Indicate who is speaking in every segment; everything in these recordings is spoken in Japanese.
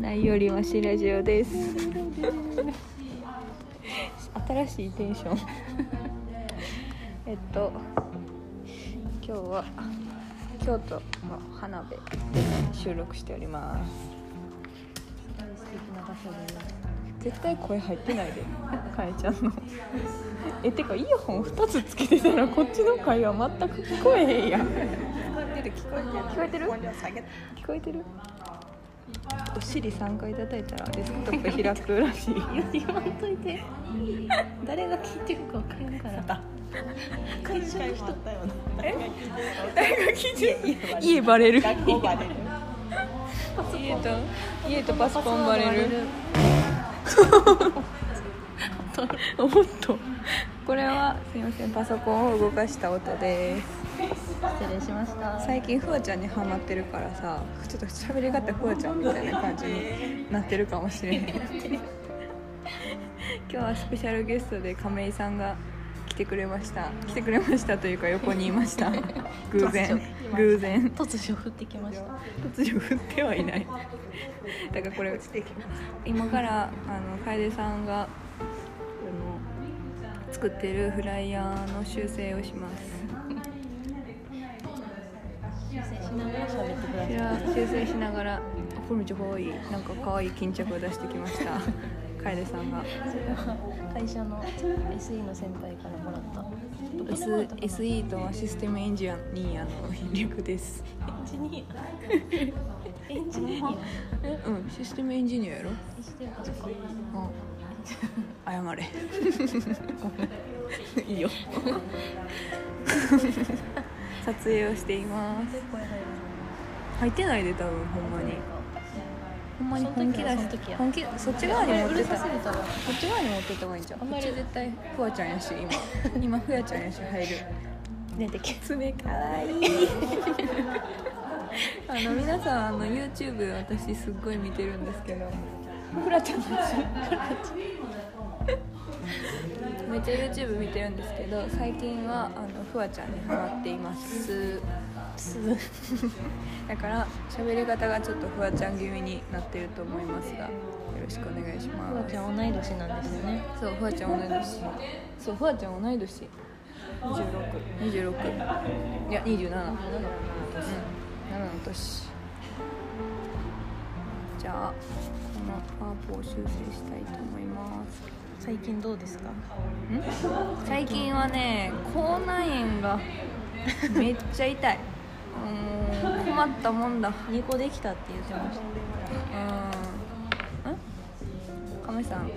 Speaker 1: ないよりマシラジオです新しいテンシ ョンえっと今日は京都の花火で収録しております
Speaker 2: 素敵な場所で
Speaker 1: 絶対声入ってないでかえちゃんのえてかイヤホン2つつけてたらこっちの会話全く聞こえへんやん
Speaker 2: 聞こえてる
Speaker 1: 聞こえてる
Speaker 2: 音量下げた
Speaker 1: 聞こえてるお尻3回叩いたらデスクトップ開くらしい
Speaker 2: 言わんといて誰が聞いてるか分からんから会社の人だよな
Speaker 1: 誰が聞 いて家バレる
Speaker 2: 学校バレる
Speaker 1: 家と家とパソコンバレるおっとこれはすいませんパソコンを動かした音です
Speaker 2: 失礼しました
Speaker 1: 最近フワちゃんにハマってるからさちょっと喋り方フワちゃんみたいな感じになってるかもしれない今日はスペシャルゲストで亀井さんが来てくれました来てくれましたというか横にいました 偶然偶然
Speaker 2: 突如降ってきました
Speaker 1: 突如振ってはいないだからこれ今からあの楓さんがあの作ってるフライヤーの修正をします
Speaker 2: 修正しながら喋ってくだ
Speaker 1: い
Speaker 2: さ
Speaker 1: や修正しながら「これめっちゃ可愛いなんか可愛い巾着を出してきました楓さんが
Speaker 2: いそれは会社の SE の先輩からもらった
Speaker 1: S SE とはシステムエンジニアの略です
Speaker 2: エンジニアエンジニア
Speaker 1: うんシステムエンジニアやろ
Speaker 2: してるかもしれない
Speaker 1: うん 謝れごめんいいよ 撮影をしています
Speaker 2: で声入る
Speaker 1: 入ってないで多分ほんまにほんまに本気出
Speaker 2: その時
Speaker 1: し
Speaker 2: は
Speaker 1: 本気そっち側に持ってた
Speaker 2: これうるさすぎたら
Speaker 1: こっち側に持ってった方がいいんじゃん
Speaker 2: あんまり
Speaker 1: こっち絶対フワちゃんやし今 今フワちゃんやし入る
Speaker 2: 出てき
Speaker 1: 爪かわいい あの皆さんあの YouTube 私すっごい見てるんですけどフラちゃんたちめっちゃ YouTube 見てるんですけど最近はあのフワちゃんにハマっています
Speaker 2: す
Speaker 1: だから喋り方がちょっとフワちゃん気味になってると思いますがよろしくお願いします
Speaker 2: ふわちゃん同い年なんですよね
Speaker 1: そうフワちゃん同い年そうフワちゃん同い年2626いや27うん
Speaker 2: なのか
Speaker 1: 7の年じゃあこのパープを修正したいと思います
Speaker 2: 最近どうですか
Speaker 1: ん最近はね口内炎がめっちゃ痛いもう困ったもんだ
Speaker 2: 猫できたって言ってまし
Speaker 1: うんん亀さん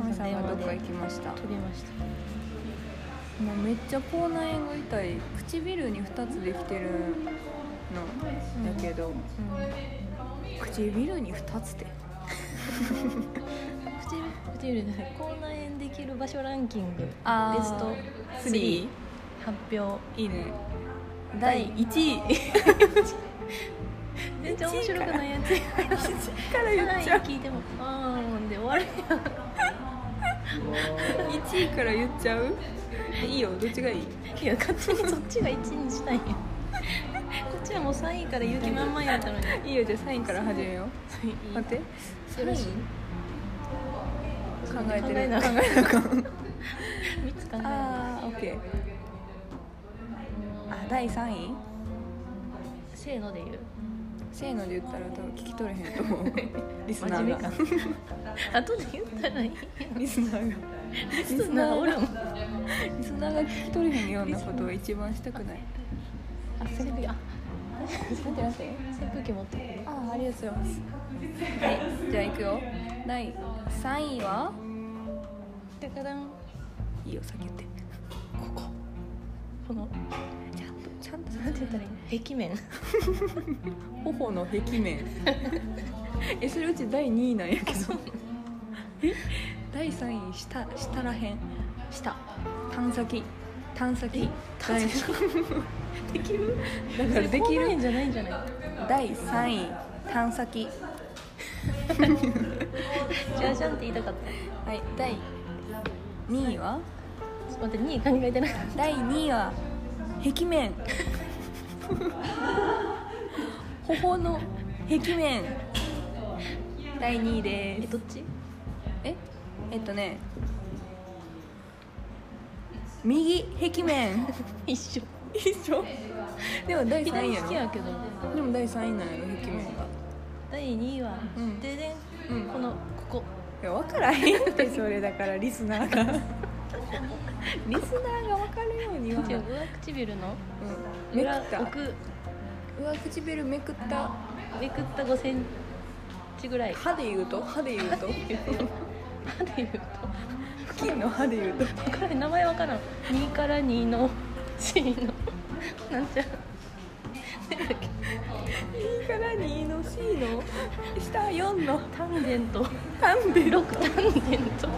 Speaker 1: 亀さんがどっか行きました
Speaker 2: た飛びました
Speaker 1: もうめっちゃ口内炎が痛い唇に2つできてるのだけど、唇に2つで
Speaker 2: 唇唇じゃない口内炎できる場所ランキングベ
Speaker 1: あー
Speaker 2: スト
Speaker 1: スリ
Speaker 2: 発表
Speaker 1: いいね
Speaker 2: 第
Speaker 1: 1位
Speaker 2: めっちゃ面白くないやつ
Speaker 1: から言っちゃう
Speaker 2: 3位聞いても「あーん」で終わるやん
Speaker 1: 1位から言っちゃうえいいよどっちがいい
Speaker 2: いや勝手にそっちが1位にしたいやんこっちはもう3位から言う気満々やったのに
Speaker 1: いいよじゃあサインから始めよう待って
Speaker 2: よろしい
Speaker 1: 考えてる
Speaker 2: 考えなあかん
Speaker 1: 考えなあかん
Speaker 2: 3つ考えます
Speaker 1: あーオッケーあ第3位
Speaker 2: せーので言う
Speaker 1: せーので言ったら多分聞き取れへんと思うリスナ
Speaker 2: 真
Speaker 1: ー
Speaker 2: 面目
Speaker 1: が
Speaker 2: か後で言ったらいいや ん
Speaker 1: リスナーが
Speaker 2: リスナーおるもん
Speaker 1: リスナーが聞き取れへんようなことを一番したくない
Speaker 2: あ扇風機あ
Speaker 1: 待って待って
Speaker 2: 扇風機持ってくる
Speaker 1: ああありがとうございますはいじゃあいくよ第3位は
Speaker 2: だから
Speaker 1: いいよ先言ってここ
Speaker 2: この
Speaker 1: ちゃんとちゃんと
Speaker 2: なんて言ったらいいの壁面
Speaker 1: 頬の壁面 えそれうち第2位なんやけどえ第3位下下らへん下探査機探査機
Speaker 2: 探査機
Speaker 1: 第 できるだか
Speaker 2: そ
Speaker 1: ら
Speaker 2: れ
Speaker 1: でき
Speaker 2: 口内
Speaker 1: る
Speaker 2: 炎じゃないんじゃない
Speaker 1: 第3位探査機
Speaker 2: じゃじゃんって言いたかった
Speaker 1: はい第2位は
Speaker 2: ちょっと待って2位考えてなかっ
Speaker 1: 第2位は壁 面頬の壁面第2位で
Speaker 2: え
Speaker 1: す
Speaker 2: どっち
Speaker 1: ええっとね右壁面
Speaker 2: 一緒
Speaker 1: 一緒 でも第3
Speaker 2: 左
Speaker 1: 位
Speaker 2: 好き
Speaker 1: や
Speaker 2: やけど
Speaker 1: ろでも第3位なんやろ壁面が
Speaker 2: 第2位は、
Speaker 1: うん
Speaker 2: ででん
Speaker 1: うん
Speaker 2: このここ
Speaker 1: いや分からへんって それだからリスナーが リスナーが分かるようには、
Speaker 2: 上唇の
Speaker 1: うん、めく
Speaker 2: 裏
Speaker 1: った
Speaker 2: 奥
Speaker 1: 上唇めくった
Speaker 2: めくった5センチぐらい
Speaker 1: 歯で言うと歯で言う と
Speaker 2: 歯でいうと
Speaker 1: 付近の歯で言うと
Speaker 2: これ名前わからん2から2の C のなんちゃ
Speaker 1: 右から2の C の下4の
Speaker 2: タンデント
Speaker 1: なんで
Speaker 2: 6タンデント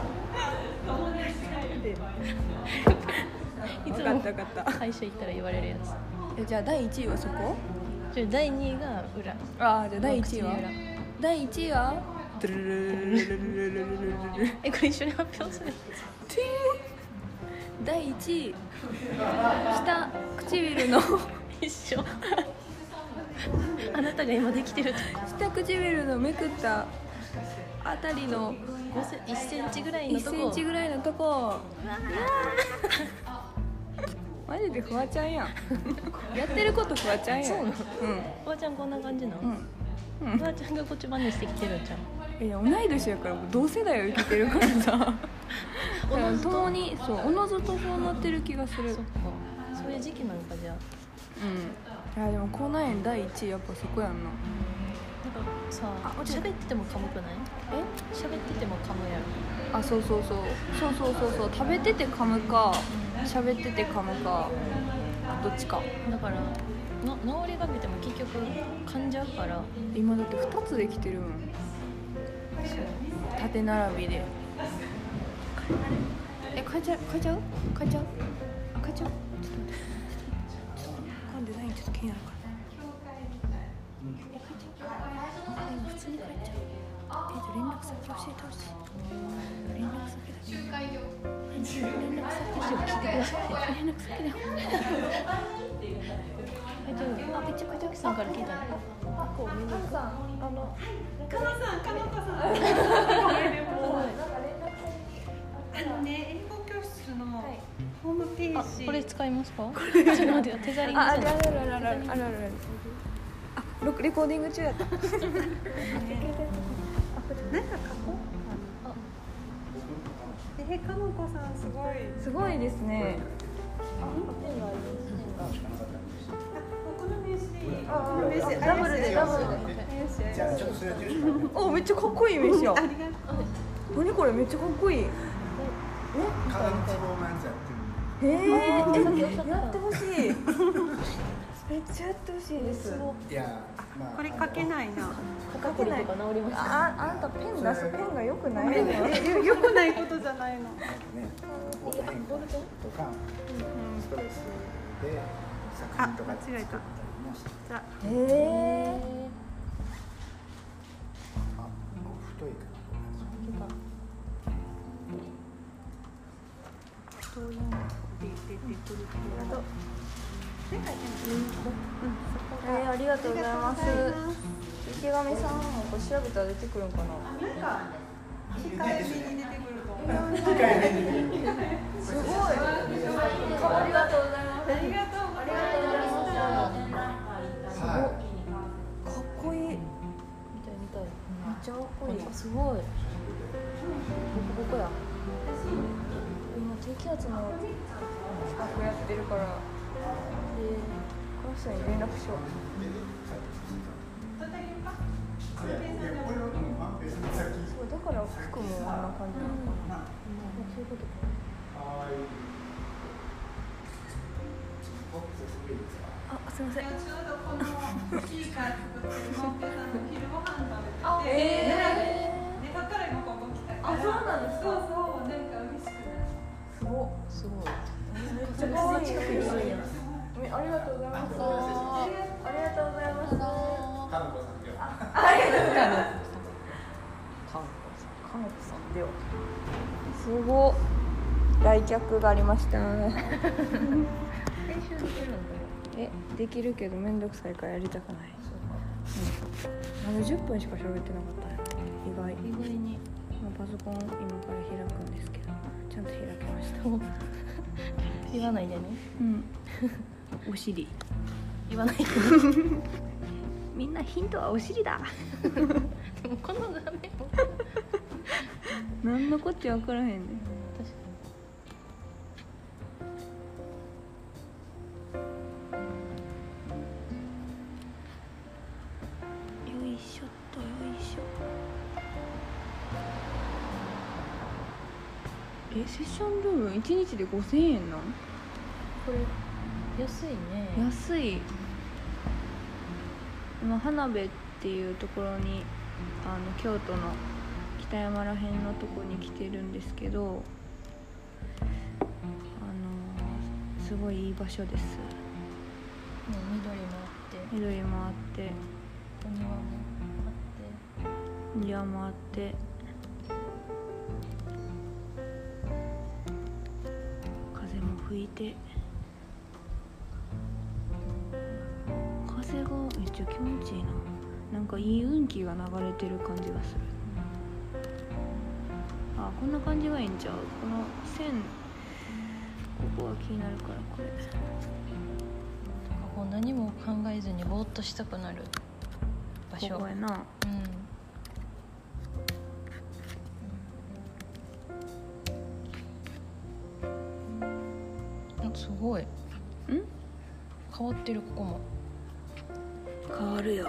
Speaker 2: いつ
Speaker 1: 分か
Speaker 2: も
Speaker 1: った分かった
Speaker 2: 会社行ったら言われるやつ
Speaker 1: えじゃあ第1位はそこ
Speaker 2: じゃあ第2位が裏
Speaker 1: ああじゃあ第1位は
Speaker 2: 口の裏
Speaker 1: 第1位はトゥルルルルルルルルルルルル
Speaker 2: えこれ一緒に発表する
Speaker 1: 第1位下唇の
Speaker 2: 一緒あなたが今できてるとこ
Speaker 1: 下唇のめくったあたりの
Speaker 2: 5セン1センチぐらいの
Speaker 1: 1
Speaker 2: と
Speaker 1: セ
Speaker 2: こ
Speaker 1: ンチぐらいのとこマジでフワちゃんやんやってることフワちゃんやん
Speaker 2: そうなの
Speaker 1: うん
Speaker 2: おばあちゃんこんな感じなの、
Speaker 1: うん、う
Speaker 2: お
Speaker 1: ん
Speaker 2: ばあちゃんがこっち真似してきてるんじゃん
Speaker 1: いや同い年やからもう同世代を生きてるから さだから共にそうおのずとそうなってる気がする
Speaker 2: そっかそういう時期なんかじゃあ
Speaker 1: うんいやでも口内炎第1位やっぱそこやんな
Speaker 2: なんかさ
Speaker 1: あ落ちた
Speaker 2: 喋ってても噛むくない
Speaker 1: え
Speaker 2: 喋ってても噛むやろ
Speaker 1: あそうそうそうそうそうそうそう食べてて噛むか喋ってて噛むかどっちか
Speaker 2: だからの治りがけても結局噛んじゃうから
Speaker 1: 今だって2つできてるもん縦並びでえ変えちゃう変えちゃう変えちゃうあ変えちゃうちょっと待ってちょっと待ってちょっとこのデザインちょっと気になるからえ変えちゃうあでも普通に変えちゃうえじゃあ連絡先教えてほしい連絡先だ連絡先
Speaker 2: 話を聞いてください
Speaker 1: 連絡先だよ
Speaker 2: えじゃあペチャペチャさんから聞いたの
Speaker 3: かなさん、かなこさん。あのね、英語教室のホームペ
Speaker 2: あ
Speaker 3: ージ。
Speaker 2: これ使いますかちょっと待ってよ手ザリング
Speaker 1: ああ
Speaker 2: さん
Speaker 1: るあるあるあるあるあるあるあロレコーディング中やった
Speaker 3: なんか書こう。えー、かのこさん、すごい。
Speaker 1: すごいですね
Speaker 3: あここの名刺。ああ、名刺。ダブルで、ダブルで。名刺。ありがとう。
Speaker 1: おめっちゃかっこいい名刺や何これめっちゃかっこいいへ
Speaker 4: 体の都合のやつやってる
Speaker 1: え
Speaker 2: っきおっしゃった
Speaker 1: やってほしいめっちゃやってほしいです
Speaker 4: いやまあ
Speaker 3: これ書けないな。
Speaker 2: 肩こりとか治りました
Speaker 1: ああんたペン出すペンが良くないよ
Speaker 3: え、良くないことじゃないの。
Speaker 4: あのねオート変換とかストレスで作品とか
Speaker 3: あ間違えた
Speaker 4: 作ったりもして
Speaker 3: じゃ
Speaker 1: へえ
Speaker 4: あ太いか
Speaker 3: あ、どういうの。で、で、で、くる。ありがとう。
Speaker 1: ありがとうございます
Speaker 3: す。
Speaker 1: 池上さんもこれ調べたら出てくるんかな
Speaker 3: 控えめに出てくると思う。
Speaker 1: すごいありがとうございます
Speaker 3: ありがとうございます。
Speaker 4: なは
Speaker 1: かっこいいめっ
Speaker 2: みたいみたい
Speaker 1: ちゃかっこいい
Speaker 2: あすごいボコボコや
Speaker 1: 今低気圧の企画やってるから、この人に連絡しようそうだから服もあんな感じなのかな、
Speaker 2: そういうことか
Speaker 1: あすいません
Speaker 3: ちょうどこのシーカー作ってるマオケさんの昼ご飯食べてて、
Speaker 1: え
Speaker 3: で、そっから今ここ来たから。あ、そうなんですそうそう、なんか嬉しくなっ
Speaker 1: すごっ
Speaker 2: すごい
Speaker 1: めっちゃ可愛い近くにいるやんえありがとうございますありがとうございます
Speaker 4: いかのこさんが
Speaker 1: かのこさんではすごっ来客がありました
Speaker 2: 練習できるんだよ
Speaker 1: えできるけどめんどくさいからやりたくない、うん、まだ10分しか喋ってなかったんや意外、
Speaker 2: 意外に
Speaker 1: まあ、パソコン今から開くんですけどちゃんと開きました
Speaker 2: そう言わないでね
Speaker 1: うん お尻
Speaker 2: 言わないでね
Speaker 1: みんなヒントはお尻だ
Speaker 2: でもこの画面も
Speaker 1: 何のこっちゃ分からへんね
Speaker 2: 確か
Speaker 1: よいしょっとよいしょえセッションルーム1日で5000円なん
Speaker 2: これ安いね
Speaker 1: 安い今花部っていうところにあの京都の北山ら辺のとこに来てるんですけどあのすごいいい場所です
Speaker 2: もう緑もあって
Speaker 1: 緑もあって
Speaker 2: お庭もあ
Speaker 1: 庭もあって風も吹いて風がめっちゃ気持ちいいななんかいい運気が流れてる感じがするあこんな感じがいいんちゃうこの線ここが気になるからこれ
Speaker 2: ってなんかこう何も考えずにぼーっとしたくなる場所
Speaker 1: ここやな
Speaker 2: うんあすごい
Speaker 1: ん
Speaker 2: 変わってるここも
Speaker 1: 変わるよ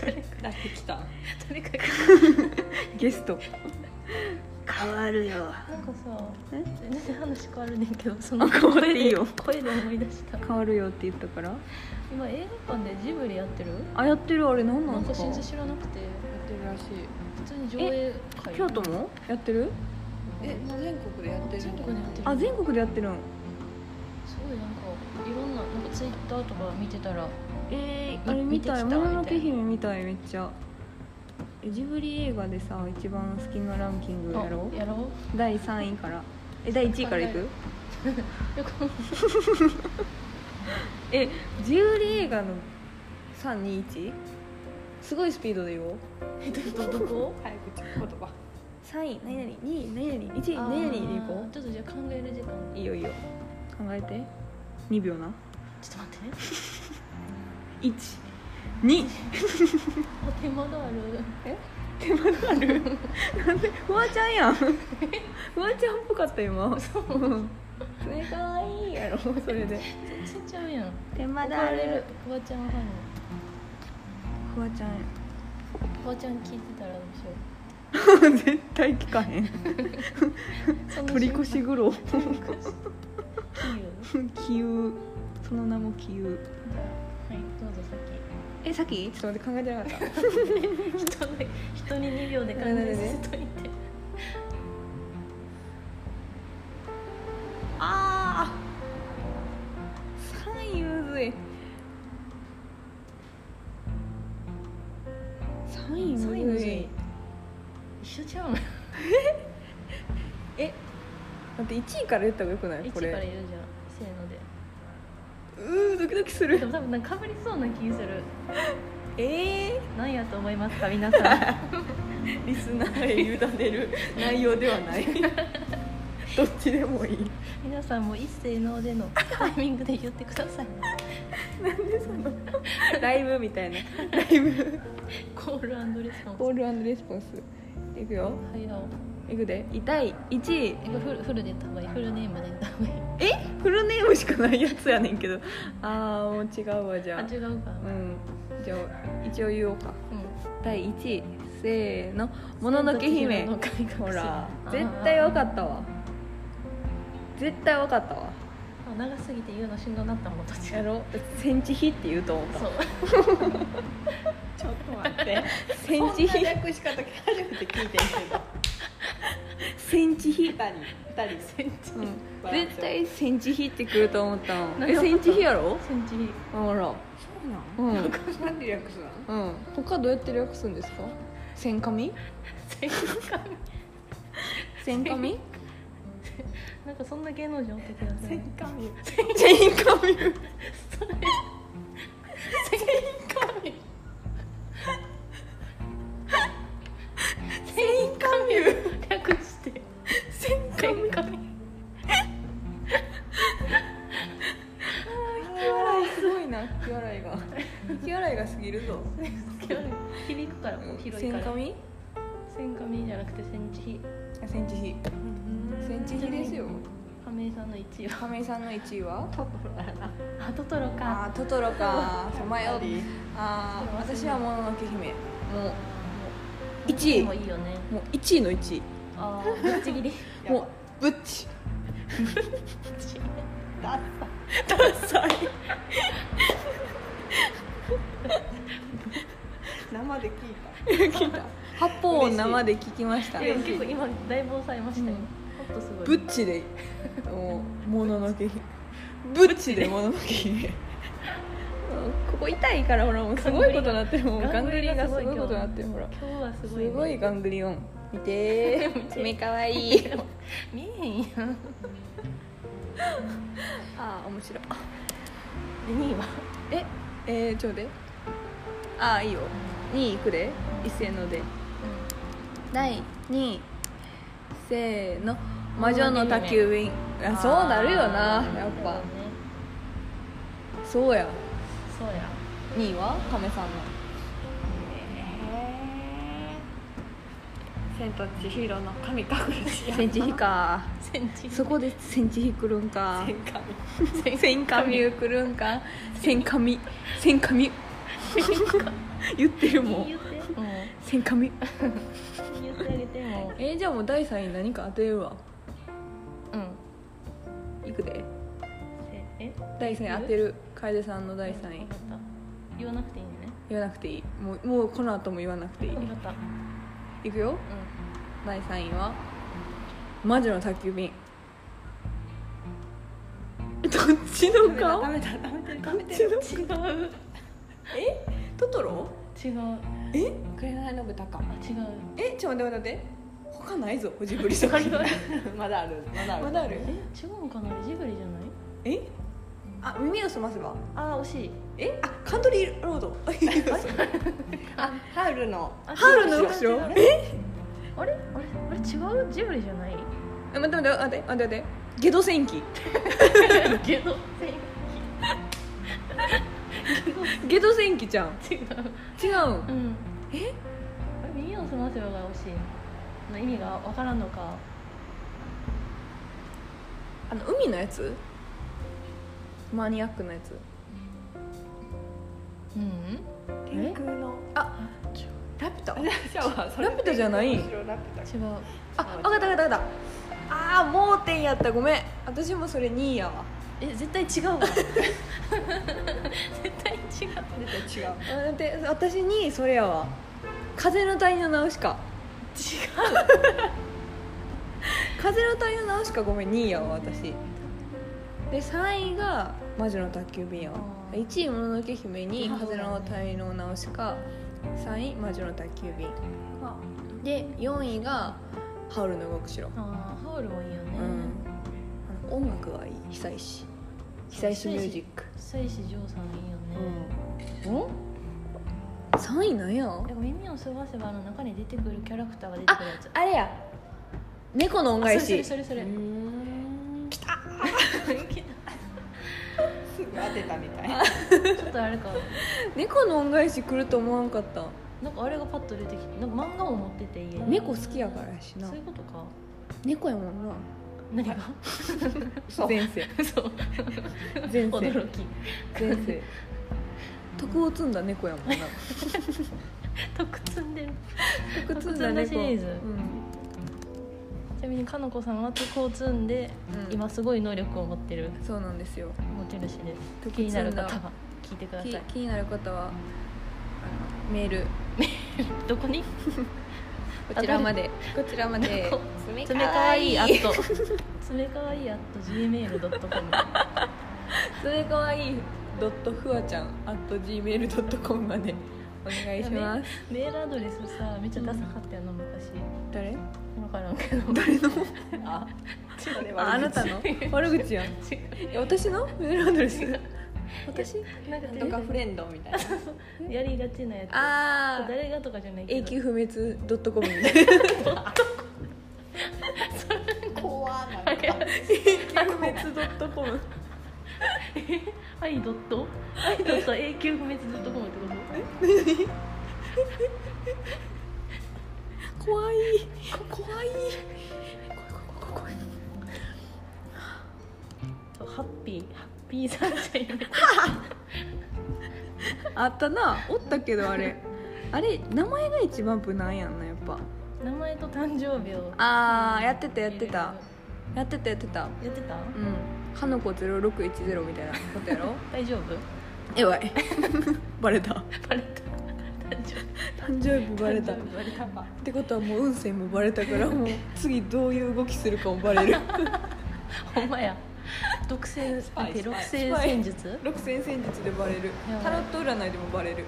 Speaker 2: 誰来た誰か
Speaker 1: ゲスト変わるよ
Speaker 2: なんかさ
Speaker 1: え
Speaker 2: 全然話変わるねんけどその
Speaker 1: あ変わっていいよ
Speaker 2: 声で思い出した
Speaker 1: 変わるよって言ったから
Speaker 2: 今映画館でジブリやってる
Speaker 1: あやってるあれ何な
Speaker 2: なんん
Speaker 1: で
Speaker 2: か
Speaker 1: すか
Speaker 2: 全然知らなくて
Speaker 3: やってるらしい
Speaker 2: 普通に上映会
Speaker 1: 京都もやってる
Speaker 3: え全国でやってる
Speaker 2: 全
Speaker 3: んだ
Speaker 2: 国でやってる
Speaker 1: あ全国でやってるん
Speaker 2: すごいなんかいろんななんかツイッターとか見てたら
Speaker 1: え
Speaker 2: ー
Speaker 1: あれ見たい「
Speaker 2: 見
Speaker 1: も
Speaker 2: てきた
Speaker 1: ののけ姫」みたいめっちゃえジブリ映画でさ一番好きなランキングやろ
Speaker 2: あやろう
Speaker 1: 第3位からえ第1位からいく
Speaker 2: よく考
Speaker 1: えジブリ映画の321すごいスピードで言おう
Speaker 2: えてどこ
Speaker 3: 早口 言葉
Speaker 1: 3位何々2位何々1位何々でいこ
Speaker 2: あーちょっとじゃあ考える時間
Speaker 1: ういいよいいよ考えて2秒な
Speaker 2: ちょっと待ってね
Speaker 1: 12
Speaker 2: あ手間がある
Speaker 1: 手間があるなんでフワちゃん やんフワちゃんっぽかった今そうそれかわいいやろそれで
Speaker 2: 全然ちゃうやん
Speaker 1: 手間
Speaker 2: 怒られるフワちゃんファンに
Speaker 1: フワちゃんや
Speaker 2: フワちゃん聞いてたらどうしよ
Speaker 1: 絶対聞かへ ん
Speaker 2: うそんな
Speaker 1: 取り越し
Speaker 2: 心
Speaker 1: 苦労
Speaker 2: 配いいよ
Speaker 1: 気憂その名も気憂
Speaker 2: じゃあはいどうぞ先
Speaker 1: えさっきちょっと待って考えてなかった
Speaker 2: 人の人に2秒で考えさせといて
Speaker 1: ああ3位むずい3位
Speaker 2: 3位
Speaker 1: むず
Speaker 2: むず
Speaker 1: い
Speaker 2: い一緒ちゃうの
Speaker 1: えだって1位から言った方がよくない
Speaker 2: 1
Speaker 1: こ
Speaker 2: から
Speaker 1: れ
Speaker 2: 言うじゃんせーの
Speaker 1: うー
Speaker 2: で
Speaker 1: ドキドキする
Speaker 2: でも多分なんか被りそうな気する
Speaker 1: ええ
Speaker 2: 何やと思いますか皆さんは
Speaker 1: ー、リスナーへ委ね る内容ではない どっちでもいい
Speaker 2: 皆さんも一斉のでのタイミングで言ってください
Speaker 1: なんでそのライブみたいなライブ
Speaker 2: コールレスポンス
Speaker 1: コールレスポンスいくよ
Speaker 2: はいよ
Speaker 1: いくで痛い1位
Speaker 2: えこれフルフルで言った方がいいフルネームで言った方がいい
Speaker 1: えフルネームしかないやつやねんけどああもう違うわじゃあ
Speaker 2: あ違うか
Speaker 1: うんじゃあ一応言おうか
Speaker 2: う
Speaker 1: 第1位せーの「もののけ姫
Speaker 2: 千と千尋の神隠」し
Speaker 1: ほら絶対わかったわ絶対わかったわ
Speaker 2: あ長すぎて言うのしんどなったもん途中
Speaker 1: やろセンチヒって言うと思った
Speaker 2: そう
Speaker 3: ちょっと待って
Speaker 1: センチ
Speaker 3: そん
Speaker 1: ヒ
Speaker 3: な略し方初めて聞いてんけど
Speaker 1: センチヒ
Speaker 3: 二人二人
Speaker 2: センチ
Speaker 1: うん絶対センチヒってくると思ったの
Speaker 2: な
Speaker 1: え
Speaker 2: んか
Speaker 1: センチヒやろ
Speaker 2: センチ
Speaker 1: ほら
Speaker 3: そうな
Speaker 1: う
Speaker 3: ん
Speaker 1: んうん
Speaker 3: なんで略すなの
Speaker 1: 他どうやって略すんですかセンカミ
Speaker 2: センチか
Speaker 1: センカミ
Speaker 2: なんかそんな芸能人おってください
Speaker 3: 神
Speaker 1: センカミ
Speaker 2: それセン神
Speaker 1: き笑いが引き笑いが過ぎるぞ
Speaker 2: 響くからもう広い
Speaker 1: 千
Speaker 2: から
Speaker 1: 紙
Speaker 2: 千紙じゃなくて千日
Speaker 1: あ千字比千字比ですよ
Speaker 2: 亀井さんの一位は
Speaker 1: 亀井さんの1位は
Speaker 2: あトトロ
Speaker 1: あ
Speaker 2: か
Speaker 1: ートトロかさまよあー私はもののけ姫もう1位
Speaker 2: もいいよね
Speaker 1: もう1位の1
Speaker 2: ああぶっちぎり
Speaker 1: 位もうぶっち
Speaker 2: ダッ
Speaker 1: ダサい
Speaker 3: 生で聞い
Speaker 1: 聞いた八方を生で聞きました
Speaker 2: サいや結構今だいぶ抑えましたよもっとすごい
Speaker 1: ブッチでもうもののけ姫ブッチでもののけ姫もうここ痛いからほらもうすごいことになってるもうガングリがすごいことになってるほら
Speaker 2: 今日はすごいね
Speaker 1: すごいガングリオン 見てー爪かわいい
Speaker 2: 見えへんやん
Speaker 1: ああ面白い
Speaker 2: 2位は
Speaker 1: ええー、ちょうでああいいよ2位いくで一斉ので、第2位せーの「魔女の宅急便」あそうなるよなやっぱそうや
Speaker 2: そうや
Speaker 1: 2位は亀さんの
Speaker 3: た。千と千尋の神隠し
Speaker 1: センチヒか
Speaker 2: 千日
Speaker 1: そこでセンチヒくるんかセンカミュくるんかセンカミセンカミ言ってるもん
Speaker 2: 言ってう
Speaker 1: センカミ
Speaker 2: ん言ってあげても
Speaker 1: えー、じゃあもう第3位何か当てるわ
Speaker 2: うん
Speaker 1: いくで
Speaker 2: え
Speaker 1: 第3位当てる楓さんの第3
Speaker 2: わ
Speaker 1: 位
Speaker 2: かった言わなくていいんだね
Speaker 1: 言わなくていいもうもうこの後も言わなくてい
Speaker 2: わかった
Speaker 1: いいくよ
Speaker 2: う
Speaker 1: 第3位は「魔女の宅急便」 どっちの顔
Speaker 3: めたダメだダメだ
Speaker 1: どっちの
Speaker 2: ん違う
Speaker 1: トトロ
Speaker 2: 違う
Speaker 1: え紅の豚か
Speaker 2: あ違う
Speaker 1: えちょ待って待って待って他ないぞ ホジブリ作品
Speaker 3: まだあるまだある
Speaker 1: まだある
Speaker 2: え違うんかなジブリじゃない
Speaker 1: えあ耳をすませば
Speaker 2: あー惜しい
Speaker 1: えあカントリーロー ド
Speaker 3: あハウルの
Speaker 2: あ
Speaker 1: ハウルの
Speaker 2: 違う
Speaker 1: 後ろ
Speaker 2: 違う
Speaker 1: え
Speaker 2: あれあれあれ違うジブリじゃ ない
Speaker 1: あ待って待って待って待って待ってゲド戦記
Speaker 2: ゲド戦
Speaker 1: ゲド戦記ちゃ ん
Speaker 2: 記違う
Speaker 1: 違うん
Speaker 2: うん
Speaker 1: え
Speaker 2: あれ耳を澄ませばが惜しいな意味がわからんのか
Speaker 1: あの海のやつマニアックなやつ
Speaker 2: うん
Speaker 3: 天空の
Speaker 1: ラピュ タ
Speaker 3: シャワーそ
Speaker 1: ラピュタじゃない
Speaker 3: 後ろラピュタ
Speaker 2: 違う
Speaker 1: あ分かった分かった分かったあー盲点やったごめん私もそれ2位やわ
Speaker 2: え絶対違うわ 絶対違う
Speaker 3: 絶対違う
Speaker 1: あだって私2位それやわ風の谷のナウシカ
Speaker 2: 違
Speaker 1: 風の谷のナウシカごめん2位やわ私で3位が魔女の宅急便やわ
Speaker 2: あー
Speaker 1: 1位もののけ姫に
Speaker 2: あそう
Speaker 1: 風
Speaker 2: だね
Speaker 1: の谷のナウシカ3位魔女の宅急便で4位がハウルの動く城
Speaker 2: ああハウルもいいよね、
Speaker 1: うんあの音楽がいい久石久石ミュージック
Speaker 2: 久石譲さんいいよね、
Speaker 1: お3位なんや
Speaker 2: なんか耳をすばせばの中に出てくるキャラクターが出て
Speaker 1: あ
Speaker 2: くるやつ
Speaker 1: あれや猫の恩返し
Speaker 2: それそれそれ
Speaker 1: う
Speaker 2: そ
Speaker 1: ー
Speaker 2: れ
Speaker 1: ん来た
Speaker 3: すぐ当てたみたい
Speaker 2: ちょっとあれか
Speaker 1: 猫の恩返し来ると思わんかった
Speaker 2: なんかあれがパッと出てきてなんか漫画を持ってて家に
Speaker 1: 猫好きやからやしな
Speaker 2: そういうことか
Speaker 1: 猫やもんな
Speaker 2: 何が
Speaker 3: そう
Speaker 1: 前世
Speaker 2: そう
Speaker 1: 前世
Speaker 2: 驚き
Speaker 1: 前世徳を積んだ猫やもんな
Speaker 2: 特積んでる
Speaker 1: 徳
Speaker 2: 積んだシリーズ
Speaker 1: うん
Speaker 2: ちなみにかのこさんは徳を積んで、
Speaker 1: うん
Speaker 2: 今すごい能力を持ってる
Speaker 1: そうなんですよ
Speaker 2: 持ち主です
Speaker 1: 徳
Speaker 2: 気
Speaker 1: 積ん
Speaker 2: に
Speaker 1: だ
Speaker 2: なる方は聞いてください
Speaker 1: き気になる方はあのメール
Speaker 2: どこに
Speaker 1: こちらまでこちらまで
Speaker 2: どこ爪かわいいアット爪かわいいアット gmail.com
Speaker 1: それかわいいドットふわちゃん at gmail.com までお願いします
Speaker 2: メールアドレスさめっちゃダサかったよな昔
Speaker 1: 誰
Speaker 2: 分からんけど
Speaker 1: 誰の
Speaker 3: あそれ
Speaker 1: ああ
Speaker 3: は
Speaker 1: なたの 悪口やんえ私のメールアドレス私
Speaker 2: なんか
Speaker 3: とかフレンドみたいな
Speaker 2: やりがちなやつ
Speaker 1: ああ
Speaker 2: 誰がとかじゃないけ
Speaker 1: 永
Speaker 2: ど
Speaker 1: 久不滅ドットコムみたいな
Speaker 3: 怖なんか
Speaker 1: 永久不滅ドットコム
Speaker 2: アイドットアイドット永久不滅ずっとコムってこと
Speaker 1: 怖い怖い
Speaker 2: そうハッピーハッピーサンシャイン
Speaker 1: あったなおったけどあれあれ名前が一番無難やんなやっぱ
Speaker 2: 名前と誕生日を
Speaker 1: あーやってたやってたやってたやってた
Speaker 2: やってた
Speaker 1: うんかのこ0610みたいなこと やろ
Speaker 2: 大丈夫
Speaker 1: えわいバレた
Speaker 2: バレた誕生日
Speaker 1: 誕生日バレたっ
Speaker 2: 誕生日バレた
Speaker 1: てことはもう運勢もバレた からもう次どういう動きするかもバレる
Speaker 2: ほんまや独占なんて六星戦術
Speaker 1: 六戦戦術でバレる
Speaker 2: やばい
Speaker 1: タロット占いでもバレる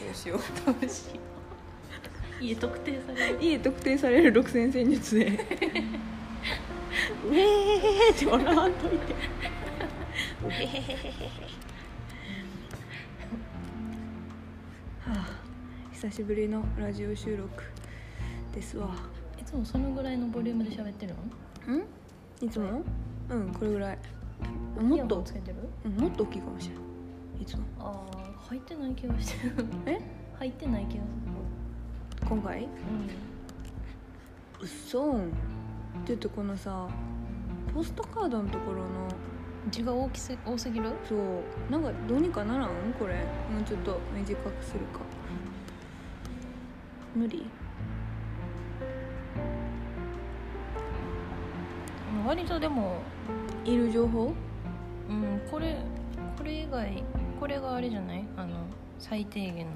Speaker 1: どうしよう
Speaker 2: 楽しい家特定される
Speaker 1: 家特定される六戦戦術 でウェーって笑わんといてはあ久しぶりのラジオ収録ですわ
Speaker 2: いつもそのぐらいのボリュームで喋ってるの
Speaker 1: んいつもうんこれぐらいあもっ
Speaker 2: イヤホ
Speaker 1: と
Speaker 2: ンつけてる
Speaker 1: うんもっと大きいかもしれないいつも
Speaker 2: ああ入ってない気がしてる
Speaker 1: え
Speaker 2: 入ってない気が
Speaker 1: 今回
Speaker 2: するう
Speaker 1: う
Speaker 2: ん
Speaker 1: っそんちょっとこのさポストカードのところの
Speaker 2: 字が大きす多すぎる
Speaker 1: そうなんかどうにかならんこれもうちょっと短くするか無理
Speaker 2: 割とでも、
Speaker 1: いる情報
Speaker 2: うん、これこれ以外これがあれじゃないあの最低限の、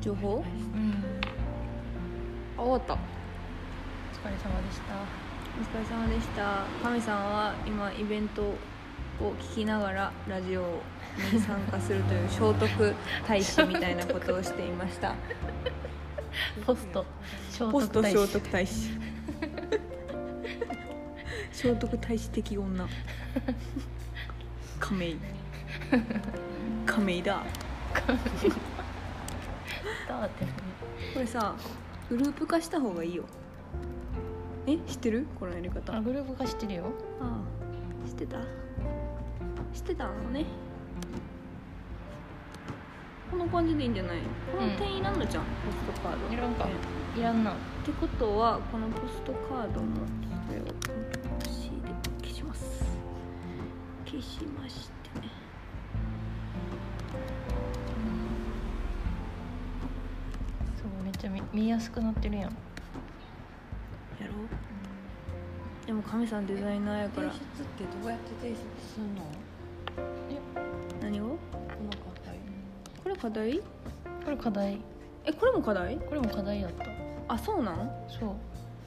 Speaker 1: 情報
Speaker 2: うん、
Speaker 1: あ終わった
Speaker 2: お疲れ様でした
Speaker 1: お疲れ様でした神さんは今イベントを聞きながらラジオに参加するという聖徳太子みたいなことをしていました
Speaker 2: ポスト聖
Speaker 1: ポ
Speaker 2: 徳
Speaker 1: スト聖徳太
Speaker 2: 太子
Speaker 1: 子 聖徳太子的 女亀井亀井だ
Speaker 2: だってね
Speaker 1: これさグループ化した方がいいよえ知ってるこのやり方
Speaker 2: あグループ化してるよ
Speaker 1: ああ知ってた知ってたのねこの感じでいいんじゃないこの点いらんのじゃん、ポストカード
Speaker 2: いらんか
Speaker 1: っ
Speaker 2: いらんな
Speaker 1: てことはこのポストカードもこれをこの C で消します消しましてね
Speaker 2: そうめっちゃ見見やすくなってるやん
Speaker 1: やろうでも亀さんデザイナーやから
Speaker 3: てどうやって提出するの？
Speaker 1: 何を
Speaker 3: 細かったり。
Speaker 1: これ課題
Speaker 2: これ課題
Speaker 1: えこれも課題
Speaker 2: これも課題やった
Speaker 1: あそうなん
Speaker 2: そ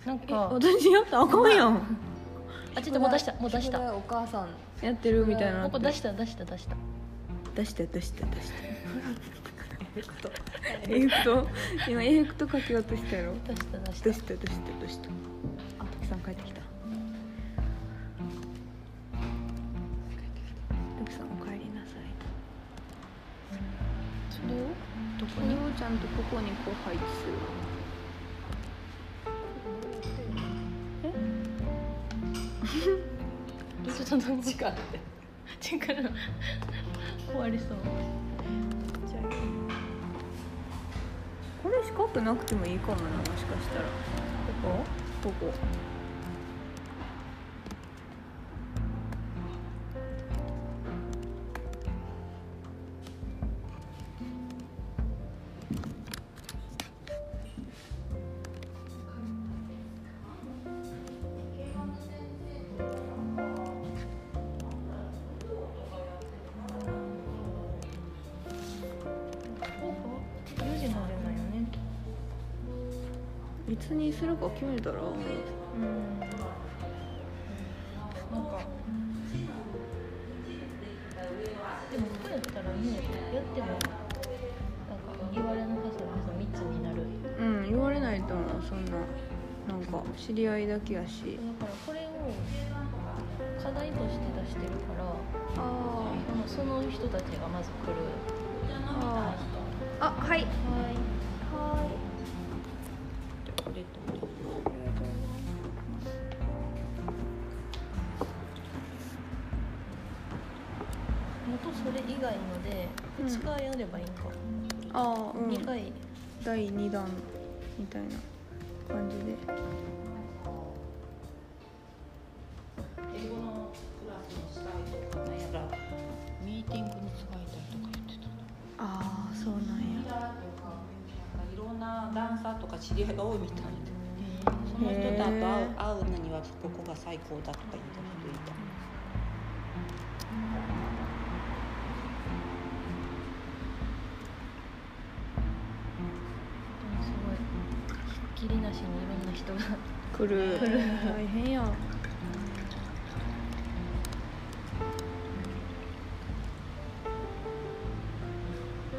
Speaker 2: うなん
Speaker 1: え
Speaker 2: か
Speaker 1: 私やったらあかんやん
Speaker 2: あちょっともう出したもう出し
Speaker 3: 宿
Speaker 2: た
Speaker 3: 題お母さん。
Speaker 1: やってるみたいな
Speaker 2: ここ出した出した出した
Speaker 1: 出して出 して出して エフェクト今エフェクトかけようとしたやろ
Speaker 2: 出した出した
Speaker 1: 出して出して出してあたくさん帰ってきたたくさんお帰りなさい
Speaker 2: それをど
Speaker 1: こ
Speaker 2: こに
Speaker 1: れをちゃんとここにこう配置する
Speaker 2: ちょっとなんか力壊れそう
Speaker 1: これ四角なくてもいいかもなもしかしたら
Speaker 2: こ
Speaker 1: ここ
Speaker 2: こ4時までなんよね
Speaker 1: いつにするか決めたらもう
Speaker 2: うんなんかでもこうやったらねやってもなんか言われなかったらさ密になるだ
Speaker 1: うん言われないと思うそんななんか知り合いだけやし
Speaker 2: からこれを課題として出してるか
Speaker 1: あ
Speaker 2: らもうその人たちがまず来る
Speaker 1: ああはい
Speaker 2: はい
Speaker 1: こ
Speaker 2: 元それ以外ので
Speaker 1: うん
Speaker 2: 2日やればいいのか、
Speaker 1: ああうん
Speaker 2: 2回
Speaker 1: 第2弾みたいな感じで
Speaker 5: ミーティングに使いたいとか言ってた
Speaker 1: ああそうなんや
Speaker 5: いろんなダンサーとか知り合いが多いみたいでその人と会う会うのにはここが最高だとか言ってる人いた
Speaker 2: でもすごいひっきりなしにいろんな人が
Speaker 1: 来る来る大変やありがとうございますこ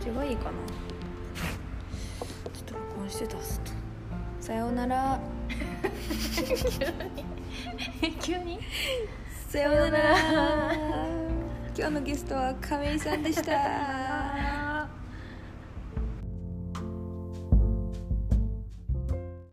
Speaker 1: っちがいいかなちょっと録音してたっすとさようなら
Speaker 2: 急に
Speaker 1: さようなら今日のゲストは亀井さんでした